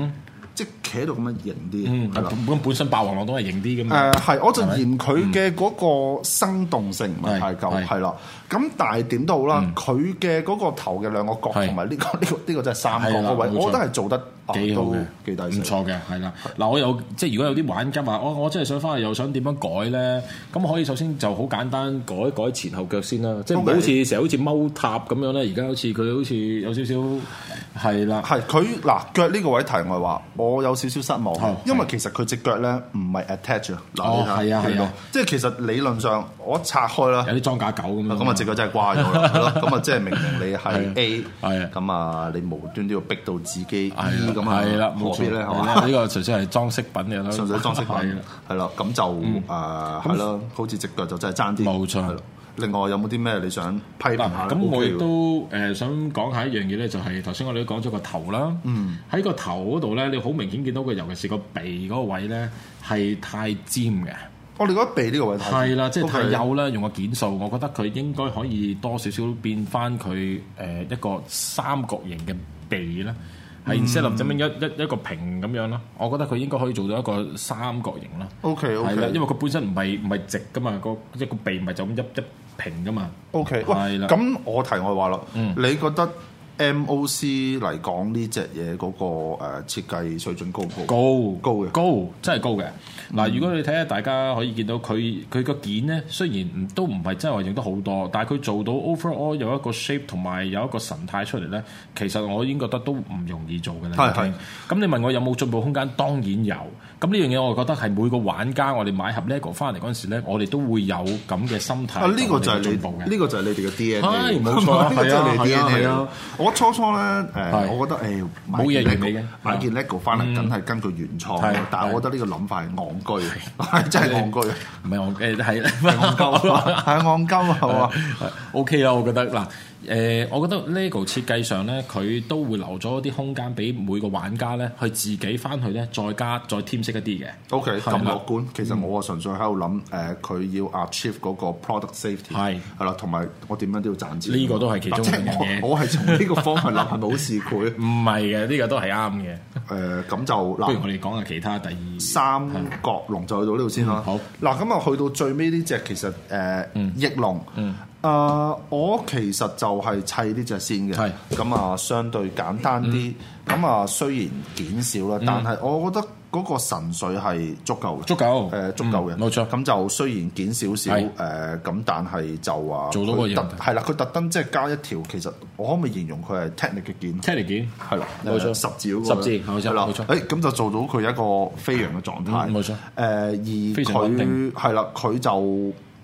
Speaker 3: 即係企喺度咁樣型
Speaker 2: 嗯，
Speaker 3: 啲，係啦。
Speaker 2: 咁本身霸王龍都係型啲咁
Speaker 3: 誒
Speaker 2: 嘛。
Speaker 3: 係，我就嫌佢嘅嗰個生動性唔
Speaker 2: 嗯
Speaker 3: 係太夠，
Speaker 2: 係係
Speaker 3: 係啦。咁但係點都好啦，佢嘅嗰個頭嘅兩個角
Speaker 2: 嗯係
Speaker 3: 同埋呢個呢個呢個真係三角
Speaker 2: 係啦
Speaker 3: 嗰位，
Speaker 2: 冇錯
Speaker 3: 我覺得係做得啊
Speaker 2: 幾好
Speaker 3: 都
Speaker 2: 嘅，
Speaker 3: 幾抵
Speaker 2: 唔
Speaker 3: 死。
Speaker 2: 錯嘅，係啦。嗱，我有即係如果有啲玩家話，我哦我真係想翻去又想點樣改咧，咁可以首先就好簡單改一改前後腳先啦，即係唔好好似成日好似踎塔咁樣咧。而家好似佢好似有少少係啦，
Speaker 3: 係佢嗱腳呢個位題外話，我有少少失望
Speaker 2: 哦係，
Speaker 3: 因為其實佢只腳咧唔係 attach 啊。嗱，
Speaker 2: 哦
Speaker 3: 你睇
Speaker 2: 係
Speaker 3: 下
Speaker 2: 啊
Speaker 3: 見
Speaker 2: 係
Speaker 3: 到
Speaker 2: 啊，
Speaker 3: 即係其實理論上我一拆開啦
Speaker 2: 有。啲裝甲狗咁樣。
Speaker 3: 咁啊，隻腳真係瓜咗啦，係咯，咁啊，即係明明你係
Speaker 2: (laughs) 係
Speaker 3: A，
Speaker 2: 啊
Speaker 3: 咁啊，你無端都要逼到自己 E
Speaker 2: 係啦
Speaker 3: 咁啊，
Speaker 2: 係啦，
Speaker 3: 何
Speaker 2: 冇
Speaker 3: 必
Speaker 2: 錯
Speaker 3: 咧，係
Speaker 2: 係
Speaker 3: 嘛
Speaker 2: 啦？呢個純粹係裝飾品嚟啦，
Speaker 3: 純粹裝飾
Speaker 2: 係啊
Speaker 3: 品
Speaker 2: 啦。
Speaker 3: 係啦，咁就誒係咯，好似只腳就真係爭啲，
Speaker 2: 冇錯
Speaker 3: 係咯。另外有冇啲咩你想批評下
Speaker 2: 嗱，
Speaker 3: 咧？
Speaker 2: 咁我
Speaker 3: 啊 OK
Speaker 2: 亦都誒想講下一樣嘢咧，就係頭先我哋都講咗個頭啦。嗯，喺個頭嗰度咧，你好明顯見到佢，尤其是個鼻嗰個位咧，係太尖嘅。
Speaker 3: 我哋哦覺得鼻呢個位太
Speaker 2: 係啦，即係太
Speaker 3: OK
Speaker 2: 幼啦，用個件數，我覺得佢應該可以多少少變翻佢誒一個三角形嘅鼻啦，係
Speaker 3: 嗯
Speaker 2: instead of 咁樣一一一個平咁樣咯，我覺得佢應該可以做到一個三角形啦。
Speaker 3: OK
Speaker 2: 係啦，
Speaker 3: OK
Speaker 2: 因為佢本身唔係唔係直噶嘛，個即係個鼻唔係就咁一一平噶嘛。
Speaker 3: OK，喂，
Speaker 2: 係啦嗯
Speaker 3: 咁我題外話啦，你覺得 MOC 嚟講呢只嘢嗰個誒設計水準高唔
Speaker 2: 高
Speaker 3: 高嘅嗯
Speaker 2: 高真係高嘅。嗱，如果你睇下大家可以見到佢佢個件咧，雖然唔都唔係真係話影得好多，但係佢做到 overall 有一個 shape 同埋有一個神態出嚟咧，其實我已經覺得都唔容易做嘅啦。
Speaker 3: 係
Speaker 2: 已經咁你問我有冇進步空間？當然有。咁呢樣嘢我覺得係每個玩家，我哋買盒 LEGO 翻嚟嗰陣時咧，我哋都會有咁嘅心態。
Speaker 3: 啊！呢個就係
Speaker 2: 係進步
Speaker 3: 你，
Speaker 2: 嘅。
Speaker 3: 呢個就係你哋嘅 DNA。
Speaker 2: 係冇
Speaker 3: (laughs)
Speaker 2: 錯
Speaker 3: 呢個真係你哋
Speaker 2: 係啊
Speaker 3: DNA
Speaker 2: 係啊係啊。
Speaker 3: 我初初咧
Speaker 2: 係
Speaker 3: 誒，我覺得誒買
Speaker 2: 冇嘢
Speaker 3: 件
Speaker 2: 完美
Speaker 3: LEGO
Speaker 2: 嘅嗯
Speaker 3: 買件 LEGO 翻嚟，梗係根據原創
Speaker 2: 係
Speaker 3: 嘅。但係我覺得呢個諗法係戇居，係 (laughs) 真係戇居，
Speaker 2: 唔係我誒係
Speaker 3: 戇鳩
Speaker 2: (laughs)
Speaker 3: 啊， (laughs) 係戇鳩啊，係嘛？
Speaker 2: O K 啊啦，我覺得嗱，誒、我覺得 LEGO 設計上咧，佢都會留咗啲空間俾每個玩家咧，去自己翻去咧，再加再添色一啲嘅。
Speaker 3: O K，
Speaker 2: 係啦嗯
Speaker 3: 咁樂觀。其實我啊純粹喺度諗誒，佢要 achieve 嗰個 product safety
Speaker 2: 係
Speaker 3: 係啦，同埋我點樣都要賺錢。
Speaker 2: 呢個都係其中
Speaker 3: 即係
Speaker 2: 一樣嘢
Speaker 3: 我我係從呢個方向諗，係咪好市儈？
Speaker 2: 唔係嘅，呢、個都係啱嘅。啊
Speaker 3: 誒咁就
Speaker 2: 不
Speaker 3: 嗱
Speaker 2: 如我。哋講下其他第二
Speaker 3: 三角龍就去到呢度先啦。
Speaker 2: 嗯好嗯
Speaker 3: 嗱咁啊，去到最尾呢只其實誒、呃翼龍，誒、啊我其實就係砌呢只先
Speaker 2: 係嗯
Speaker 3: 嘅，咁啊相對簡單啲，咁啊、雖然件少啦，但係我覺得嗰個神髓係足夠嘅，
Speaker 2: 足夠
Speaker 3: 誒、足夠嘅，
Speaker 2: 嗯冇錯
Speaker 3: 咁就雖然件少少，誒
Speaker 2: 係
Speaker 3: 咁、但係就話
Speaker 2: 做到個
Speaker 3: 佢
Speaker 2: 形
Speaker 3: 特
Speaker 2: 態
Speaker 3: 係啦，佢特登即係加一條，其實我可唔可以形容佢係 technic 嘅件？
Speaker 2: t e d d y
Speaker 3: 係啦，
Speaker 2: 冇
Speaker 3: 誒
Speaker 2: 錯
Speaker 3: 十字嗰個
Speaker 2: 十字冇錯
Speaker 3: 係啦
Speaker 2: 冇錯
Speaker 3: 誒咁就做到佢一個飛揚嘅狀態，
Speaker 2: 嗯冇錯
Speaker 3: 誒而
Speaker 2: 非常穩
Speaker 3: 佢
Speaker 2: 定嗯
Speaker 3: 係啦，佢就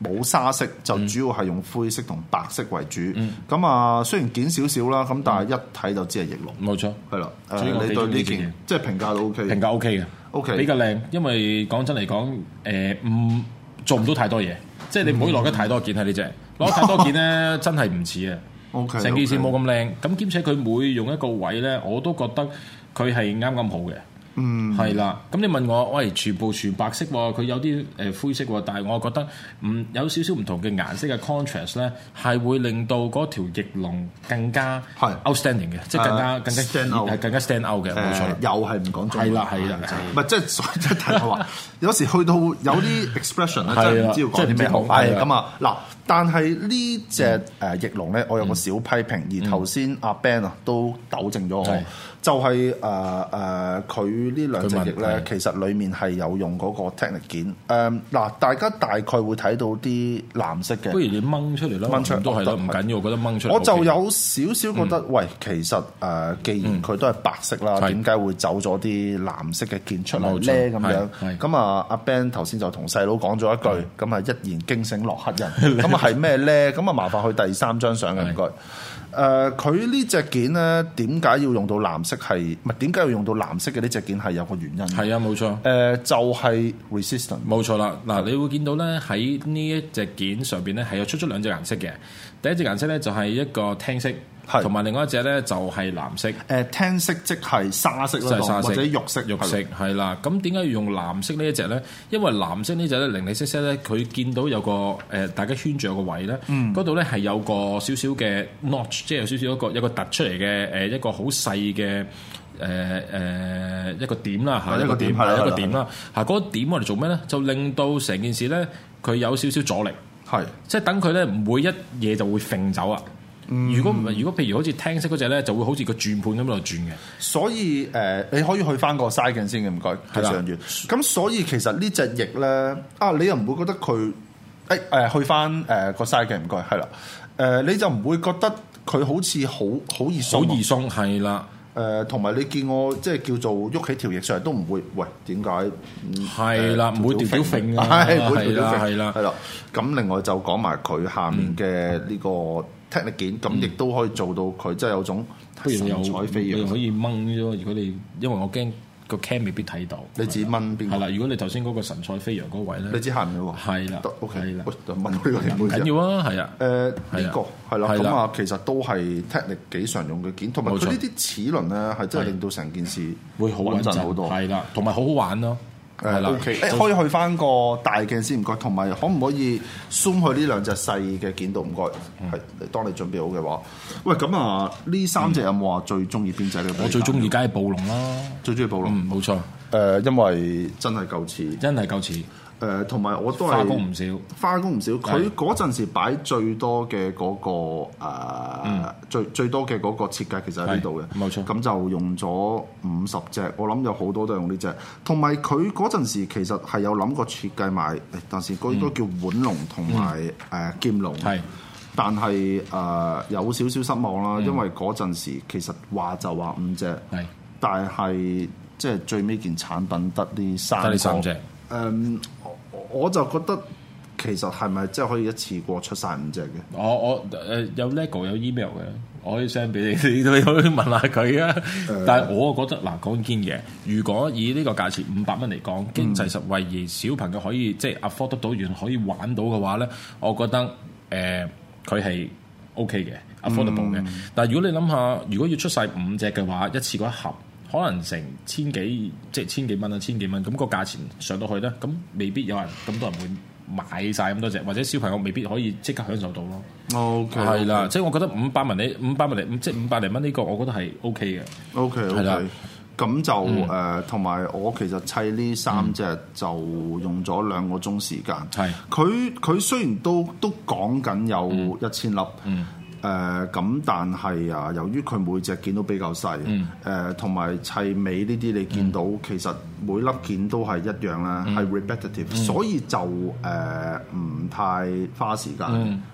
Speaker 3: 冇沙色，就主要係用灰色同白色為主。咁啊，雖然件少少啦，咁但係一睇就知係翼龍。
Speaker 2: 冇錯，
Speaker 3: 係啦，
Speaker 2: 所以
Speaker 3: 誒
Speaker 2: 我
Speaker 3: 你
Speaker 2: 幾
Speaker 3: 對
Speaker 2: 中意
Speaker 3: 呢
Speaker 2: 呢件
Speaker 3: 件即係評價都 OK
Speaker 2: 評
Speaker 3: 嘅。
Speaker 2: 價 O K 嘅
Speaker 3: OK
Speaker 2: 比較靚。因為講真嚟講，誒、唔做唔到太多嘢，即係你唔可以攞得太多件喺呢 (laughs) 只，攞得太多件咧真係唔似啊。
Speaker 3: OK，
Speaker 2: 成件事冇咁靚，咁兼且佢每用一個位咧，我都覺得佢係啱啱好嘅。嗯，係啦。咁你問我，喂，全部全白色喎，佢有啲誒灰色喎，但係我覺得唔有少少唔同嘅顏色嘅 contrast 咧，係會令到嗰條翼龍更加
Speaker 3: 係
Speaker 2: outstanding 嘅，即係更
Speaker 3: 誒
Speaker 2: 加更加
Speaker 3: stand out
Speaker 2: 係更加 stand out 嘅，冇錯
Speaker 3: 誒
Speaker 2: 啦。
Speaker 3: 又係唔講中文
Speaker 2: 係啦係啦係啦
Speaker 3: 唔係即係所以即係大家
Speaker 2: (laughs)
Speaker 3: 話，有時去到有啲 expression 咧，真係唔知要講啲咩好。
Speaker 2: 係啦
Speaker 3: 係
Speaker 2: 真係唔知講
Speaker 3: 咁啊，嗱，但係呢只誒翼龍咧，我
Speaker 2: 嗯
Speaker 3: 有個小批評，而頭先阿 Ben 啊都糾正咗我
Speaker 2: 係，
Speaker 3: 就係誒誒佢呢兩隻翼
Speaker 2: 佢問
Speaker 3: 咧，其實裡面係有用嗰個 technic 件。誒嗱，大家大概會睇到啲藍色嘅
Speaker 2: 不。如你掹出嚟啦，
Speaker 3: 掹出嚟哦
Speaker 2: 都係啦，
Speaker 3: 我
Speaker 2: 唔緊要，我覺得掹出嚟 OK。嗯
Speaker 3: 我就有少少覺得，喂，其實誒、呃既然佢都係白色啦，
Speaker 2: 係
Speaker 3: 點解、會走咗啲藍色嘅件出嚟
Speaker 2: 冇
Speaker 3: 咧？
Speaker 2: 錯
Speaker 3: 咁
Speaker 2: 係
Speaker 3: 樣
Speaker 2: 係
Speaker 3: 咁啊，阿 Ben 頭先就同細佬講咗一句，咁啊一言驚醒洛克
Speaker 2: (laughs)
Speaker 3: 人，咁啊係咩咧？咁啊麻煩去第三張相嘅
Speaker 2: 係
Speaker 3: 唔該。誒佢呢只件咧，點解要用到藍色係？唔係點解要用到藍色嘅呢只件係有個原因。誒、
Speaker 2: 係啊，冇錯。
Speaker 3: 就係 resistant。
Speaker 2: 冇錯啦，嗱，你會見到咧喺呢一隻件上邊咧係有出咗兩隻顏色嘅，第一隻顏色咧就係一個聽色，
Speaker 3: 係
Speaker 2: 同埋另外一隻咧就係藍色，
Speaker 3: 誒呃聽色即係沙色
Speaker 2: 即
Speaker 3: 啦
Speaker 2: 係，沙色
Speaker 3: 或者肉色，
Speaker 2: 肉
Speaker 3: 係
Speaker 2: 色係啦。咁點解要用藍色呢一隻咧？因為藍色呢只咧零零色色咧，佢見到有個誒、呃大家圈住有個位咧，
Speaker 3: 嗯
Speaker 2: 嗰度咧係有個少少嘅 notch，即係有少少一個有個突出嚟嘅誒一個好細嘅。誒誒、呃一個點啦嚇，
Speaker 3: 哦一個點係啦
Speaker 2: 係一
Speaker 3: 係
Speaker 2: 個
Speaker 3: 啦
Speaker 2: 點啦嚇，嗰個點我哋做咩咧？就令到成件事咧，佢有少少阻力。
Speaker 3: 係。
Speaker 2: 即係等佢咧唔會一嘢就會揈走啊。
Speaker 3: 嗯
Speaker 2: 如果唔係，如果譬如好似聽式嗰只咧，就會好似個轉盤咁喺度轉嘅。
Speaker 3: 所以誒、呃你可以去翻個 side 鏡先嘅，唔該，
Speaker 2: 係啦
Speaker 3: 技術人員。咁所以其實呢只翼咧，啊，你又唔會覺得佢誒誒去翻誒個 side 鏡，唔該，係啦，誒、呃你就唔會覺得佢好似好好易
Speaker 2: 好
Speaker 3: 鬆
Speaker 2: 易鬆係啦，
Speaker 3: 誒，呃同埋、你見我即係叫做喐起條翼上嚟都唔會，喂點解？嗯
Speaker 2: 係啦，唔會掉掉揈啊，
Speaker 3: (laughs) 係唔會條
Speaker 2: 係
Speaker 3: 條
Speaker 2: 啦，
Speaker 3: 揈
Speaker 2: 係啦嗯
Speaker 3: 係。啦。咁另外就講埋佢下面嘅呢個 technic 件，咁亦都可以做到佢真係有種
Speaker 2: 不如
Speaker 3: 神
Speaker 2: 又
Speaker 3: 采飛
Speaker 2: 你
Speaker 3: 揚。
Speaker 2: 可以掹咗。如果你因為我驚個 cam 未必睇到，
Speaker 3: 你指掹邊個
Speaker 2: 係？啦。如果你頭先嗰個神采飛揚嗰位
Speaker 3: 你
Speaker 2: 咧，
Speaker 3: 知行唔行喎？
Speaker 2: 係啦
Speaker 3: 得 OK，
Speaker 2: 係啦
Speaker 3: 喂，就問我呢個
Speaker 2: 唔
Speaker 3: 唔
Speaker 2: 緊要啊，係啊，
Speaker 3: 誒
Speaker 2: 係
Speaker 3: 呢
Speaker 2: 啊
Speaker 3: 個係啦，
Speaker 2: 係
Speaker 3: 咁
Speaker 2: 啦
Speaker 3: 啊其實都係 technic 幾常用嘅件，同埋
Speaker 2: 冇
Speaker 3: 佢
Speaker 2: 錯
Speaker 3: 呢啲齒輪咧係真係令到成件事
Speaker 2: 會好穩陣
Speaker 3: 好多。
Speaker 2: 係啦，同埋好好玩咯，係
Speaker 3: 誒
Speaker 2: 啦
Speaker 3: OK，誒可以去翻個大鏡先唔該，同埋可唔可以 zoom 去呢兩隻細嘅件度唔該？
Speaker 2: 嗯
Speaker 3: 係，你當你準備好嘅話，喂咁啊呢三隻有冇話最中意邊隻咧？
Speaker 2: 我最中意嗯梗係暴龍啦，
Speaker 3: 最中意暴龍，
Speaker 2: 嗯，冇錯，
Speaker 3: 誒因為真係夠似。
Speaker 2: 真係夠似，
Speaker 3: 誒、誒呃同埋我都係
Speaker 2: 花工唔少，
Speaker 3: 花工唔少，佢
Speaker 2: 係
Speaker 3: 嗰陣時擺最多嘅嗰、個、呃最最多嘅嗰個設計其實喺呢度嘅，
Speaker 2: 嗯係冇錯
Speaker 3: 咁就用咗五十隻，我諗有好多都係用呢只。同埋佢嗰陣時其實係有諗過設計埋，誒但是嗰應該叫腕龍同埋誒劍龍。
Speaker 2: 嗯係
Speaker 3: 但係誒、呃有少少失望啦，因為嗰陣時其實話就話五隻，
Speaker 2: 嗯係
Speaker 3: 但係即係最尾件產品得呢三個
Speaker 2: 得呢三隻。
Speaker 3: 誒我我就覺得其實係咪即係可以一次過出晒五隻嘅？
Speaker 2: 我我誒、呃有 lego 有 email 嘅，我可以 send 俾你， (laughs) 你都可以問下佢啊。但係我覺得嗱講堅嘢，如果以呢個價錢五百蚊嚟講，經濟實惠而小朋友可以即係 afford 得到，原來可以玩到嘅話咧，我覺得誒佢係 OK 嘅 affordable 嘅。但係如果你諗下，如果要出晒五隻嘅話，一次過一盒。可能成千幾，即係千幾蚊啊，千幾蚊，咁、個價錢上到去咧，咁未必有人咁多人會買晒咁多隻，或者小朋友未必可以即刻享受到咯。
Speaker 3: O K
Speaker 2: 係啦，即係我覺得五百蚊你五百蚊你即係五百零蚊呢個，我覺得係 O K 嘅。
Speaker 3: ，O K
Speaker 2: 係
Speaker 3: O
Speaker 2: 啦嗯
Speaker 3: K，咁就誒同埋我其實砌呢三隻就用咗兩個鐘時間。
Speaker 2: 係
Speaker 3: 佢佢雖然都都講緊有一千粒，誒咁、但係啊，由於佢每隻件都比較細，誒同埋砌尾呢啲你見到、其實每粒件都係一樣啦，係、repetitive，、所以就誒唔、太花時間，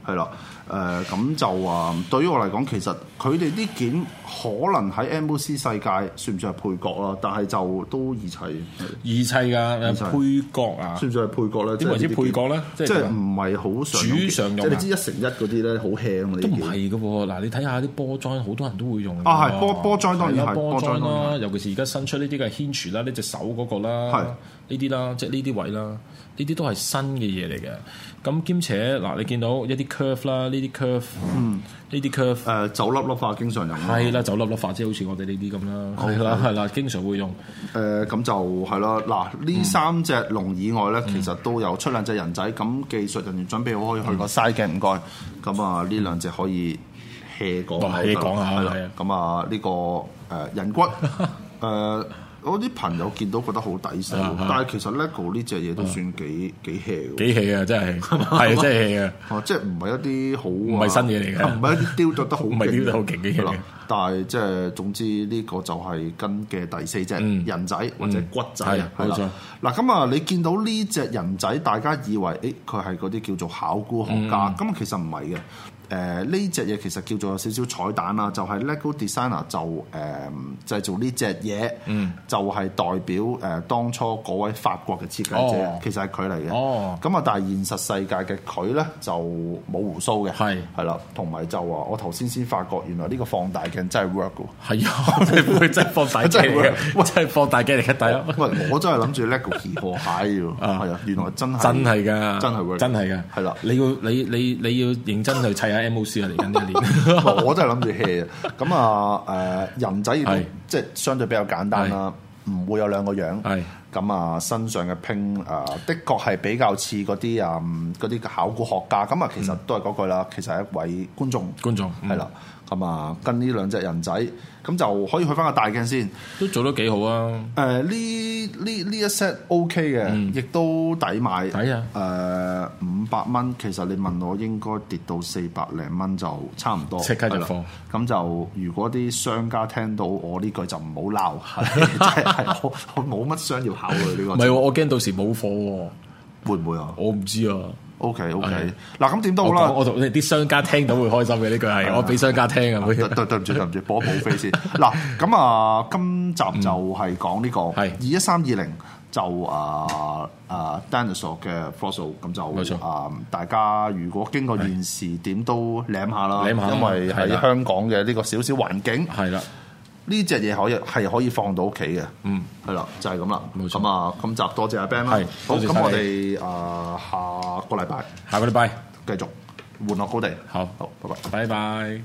Speaker 3: 係啦、誒咁、就啊，對於我嚟講，其實佢哋啲件可能喺 MOC 世界算唔算係配角啦？但係就都易砌，係
Speaker 2: 二砌㗎
Speaker 3: 砌
Speaker 2: 誒配角啊，
Speaker 3: 算唔算係配角咧？
Speaker 2: 點為
Speaker 3: 即係呢
Speaker 2: 之
Speaker 3: 啲
Speaker 2: 配
Speaker 3: 件
Speaker 2: 角咧？
Speaker 3: 即
Speaker 2: 係
Speaker 3: 係唔係好常用
Speaker 2: 主常用
Speaker 3: 即係
Speaker 2: 啊
Speaker 3: 你知一成一嗰啲咧好輕啊，
Speaker 2: 都唔
Speaker 3: 呢
Speaker 2: 係
Speaker 3: 啲
Speaker 2: 嘅喎。嗱，你睇下啲波 join 好多人都會用㗎
Speaker 3: 啊係波波 join 當然
Speaker 2: 啦
Speaker 3: 係
Speaker 2: 波
Speaker 3: 波 join 當
Speaker 2: join
Speaker 3: 然
Speaker 2: 啦，尤其是而家新出呢啲嘅 hinge 啦，呢隻手嗰個
Speaker 3: 係
Speaker 2: 啦，呢啲啦，即係呢啲位啦，呢啲都係新嘅嘢嚟嘅。咁兼且嗱，你見到一啲 curve 啦，呢啲 curve，呢
Speaker 3: 嗯
Speaker 2: 啲 curve。
Speaker 3: 誒酒粒粒化經常啊用啦。
Speaker 2: 係啦，走粒粒發即係好似我哋呢啲咁啦，係啦係啦，經常會用。
Speaker 3: 誒咁就係啦，嗱
Speaker 2: 嗯
Speaker 3: 呢三隻龍以外咧，其實都有出兩隻人仔，咁技術人員準備好可以去
Speaker 2: 嗯
Speaker 3: 個 side 嘅，唔該。咁啊呢兩隻可以 hea 講
Speaker 2: 哦 hea 講下
Speaker 3: 係啦
Speaker 2: 係啊。
Speaker 3: 咁啊呢個誒人
Speaker 2: (laughs)
Speaker 3: 骨誒。我啲朋友見到覺得好抵死，
Speaker 2: 啊
Speaker 3: 但係其實 LEGO 呢隻嘢都算幾幾 hea 嘅
Speaker 2: 幾氣啊！真係 (laughs) 係真係氣啊！
Speaker 3: 啊，即係唔係一啲好唔
Speaker 2: 唔係新嘢嚟嘅
Speaker 3: 唔係一啲雕琢得好勁，
Speaker 2: (laughs) 唔係雕得好勁嘅嘢嚟嘅
Speaker 3: 係啦但係即係總之呢個就係跟嘅第四隻
Speaker 2: 嗯
Speaker 3: 人仔或者骨仔啊，
Speaker 2: 係
Speaker 3: 係啦
Speaker 2: 冇錯。
Speaker 3: 嗱咁啊，你見到呢只人仔，大家以為誒佢係嗰啲叫做考古學家，
Speaker 2: 嗯
Speaker 3: 咁其實唔係嘅。誒呢只嘢其實叫做有少少彩蛋啦，就係 LEGO designer 就誒製造呢只嘢，
Speaker 2: 嗯
Speaker 3: 就係代表誒當初嗰位法國嘅設計者
Speaker 2: 哦，
Speaker 3: 其實係佢嚟嘅。
Speaker 2: 哦
Speaker 3: 咁啊，但係現實世界嘅佢咧就冇胡鬚嘅，
Speaker 2: 係
Speaker 3: 係啦，同埋就話我頭先先發覺原來呢個放大鏡真係 work 嘅喎。
Speaker 2: 係
Speaker 3: (laughs)
Speaker 2: 啊，真係 (laughs) 真係放大鏡嚟
Speaker 3: 喂
Speaker 2: 嘅，真係放大鏡嚟嘅，大佬
Speaker 3: 喂，我真係諗住 lego 皮貨蟹嘅喎，
Speaker 2: (laughs) 啊
Speaker 3: 係啊，原來真係
Speaker 2: 真係㗎，
Speaker 3: 真係 work，
Speaker 2: 真係㗎，
Speaker 3: 係啦。
Speaker 2: 你要你你你要認真去砌下 MOC 啊！嚟緊一
Speaker 3: 唔係
Speaker 2: 年，
Speaker 3: 我真係諗住 hea 啊咁啊誒人仔亦都
Speaker 2: 係
Speaker 3: 即係相對比較簡單啦，唔會有兩個樣。
Speaker 2: 係
Speaker 3: 咁啊，身上嘅拼啊，的確係比較似嗰啲啊嗯嗰啲考古學家。咁啊，其實都係嗰句啦，其實係一位觀眾。
Speaker 2: 觀眾嗯
Speaker 3: 係，啦，咁啊跟呢兩隻人仔，咁就可以去翻個大鏡先。
Speaker 2: 嗯都做得幾好啊！
Speaker 3: 誒呢呢呢一 set OK 嘅，亦都抵買。
Speaker 2: 嗯抵啊！
Speaker 3: 誒五百蚊，其實你問我應該跌到四百零蚊就差唔多。
Speaker 2: 即刻入
Speaker 3: 係啦
Speaker 2: 貨。
Speaker 3: 咁就如果啲商家聽到我呢句就唔好鬧， (laughs) 係真係我我冇乜商業考慮呢個。
Speaker 2: 唔係喎，我驚到時冇貨喎，
Speaker 3: 會唔會啊
Speaker 2: 我唔知啊。
Speaker 3: ？OK
Speaker 2: 係
Speaker 3: OK，嗱咁點都
Speaker 2: 我
Speaker 3: 好
Speaker 2: 講
Speaker 3: 啦。
Speaker 2: 我同啲商家聽到會開心嘅呢句係，我俾商家聽啊，會
Speaker 3: 對對對唔住對唔
Speaker 2: (laughs)
Speaker 3: 住，播一補飛先。嗱，咁啊，今集就係講呢個
Speaker 2: 嗯係
Speaker 3: 二一三二零就啊啊 Dinosaur 嘅 fossil，咁
Speaker 2: 冇
Speaker 3: 就
Speaker 2: 錯
Speaker 3: 啊大家如果經過現時點都舐下啦，
Speaker 2: 舐下啦
Speaker 3: 因為
Speaker 2: 係
Speaker 3: 喺
Speaker 2: 啦
Speaker 3: 香港嘅呢個小小環境，
Speaker 2: 係啦，
Speaker 3: 呢只嘢可以係可以放到屋企嘅。
Speaker 2: 嗯，
Speaker 3: 係啦，就係咁啦。
Speaker 2: 冇錯
Speaker 3: 咁啊，今集多謝阿 Ben 啦
Speaker 2: 係。
Speaker 3: 好，
Speaker 2: 多謝
Speaker 3: 咁
Speaker 2: 晒
Speaker 3: 我
Speaker 2: 你
Speaker 3: 哋啊下個禮拜
Speaker 2: 下個禮拜
Speaker 3: 繼續玩樂高地。
Speaker 2: 好，
Speaker 3: 好，拜拜。
Speaker 2: 拜拜。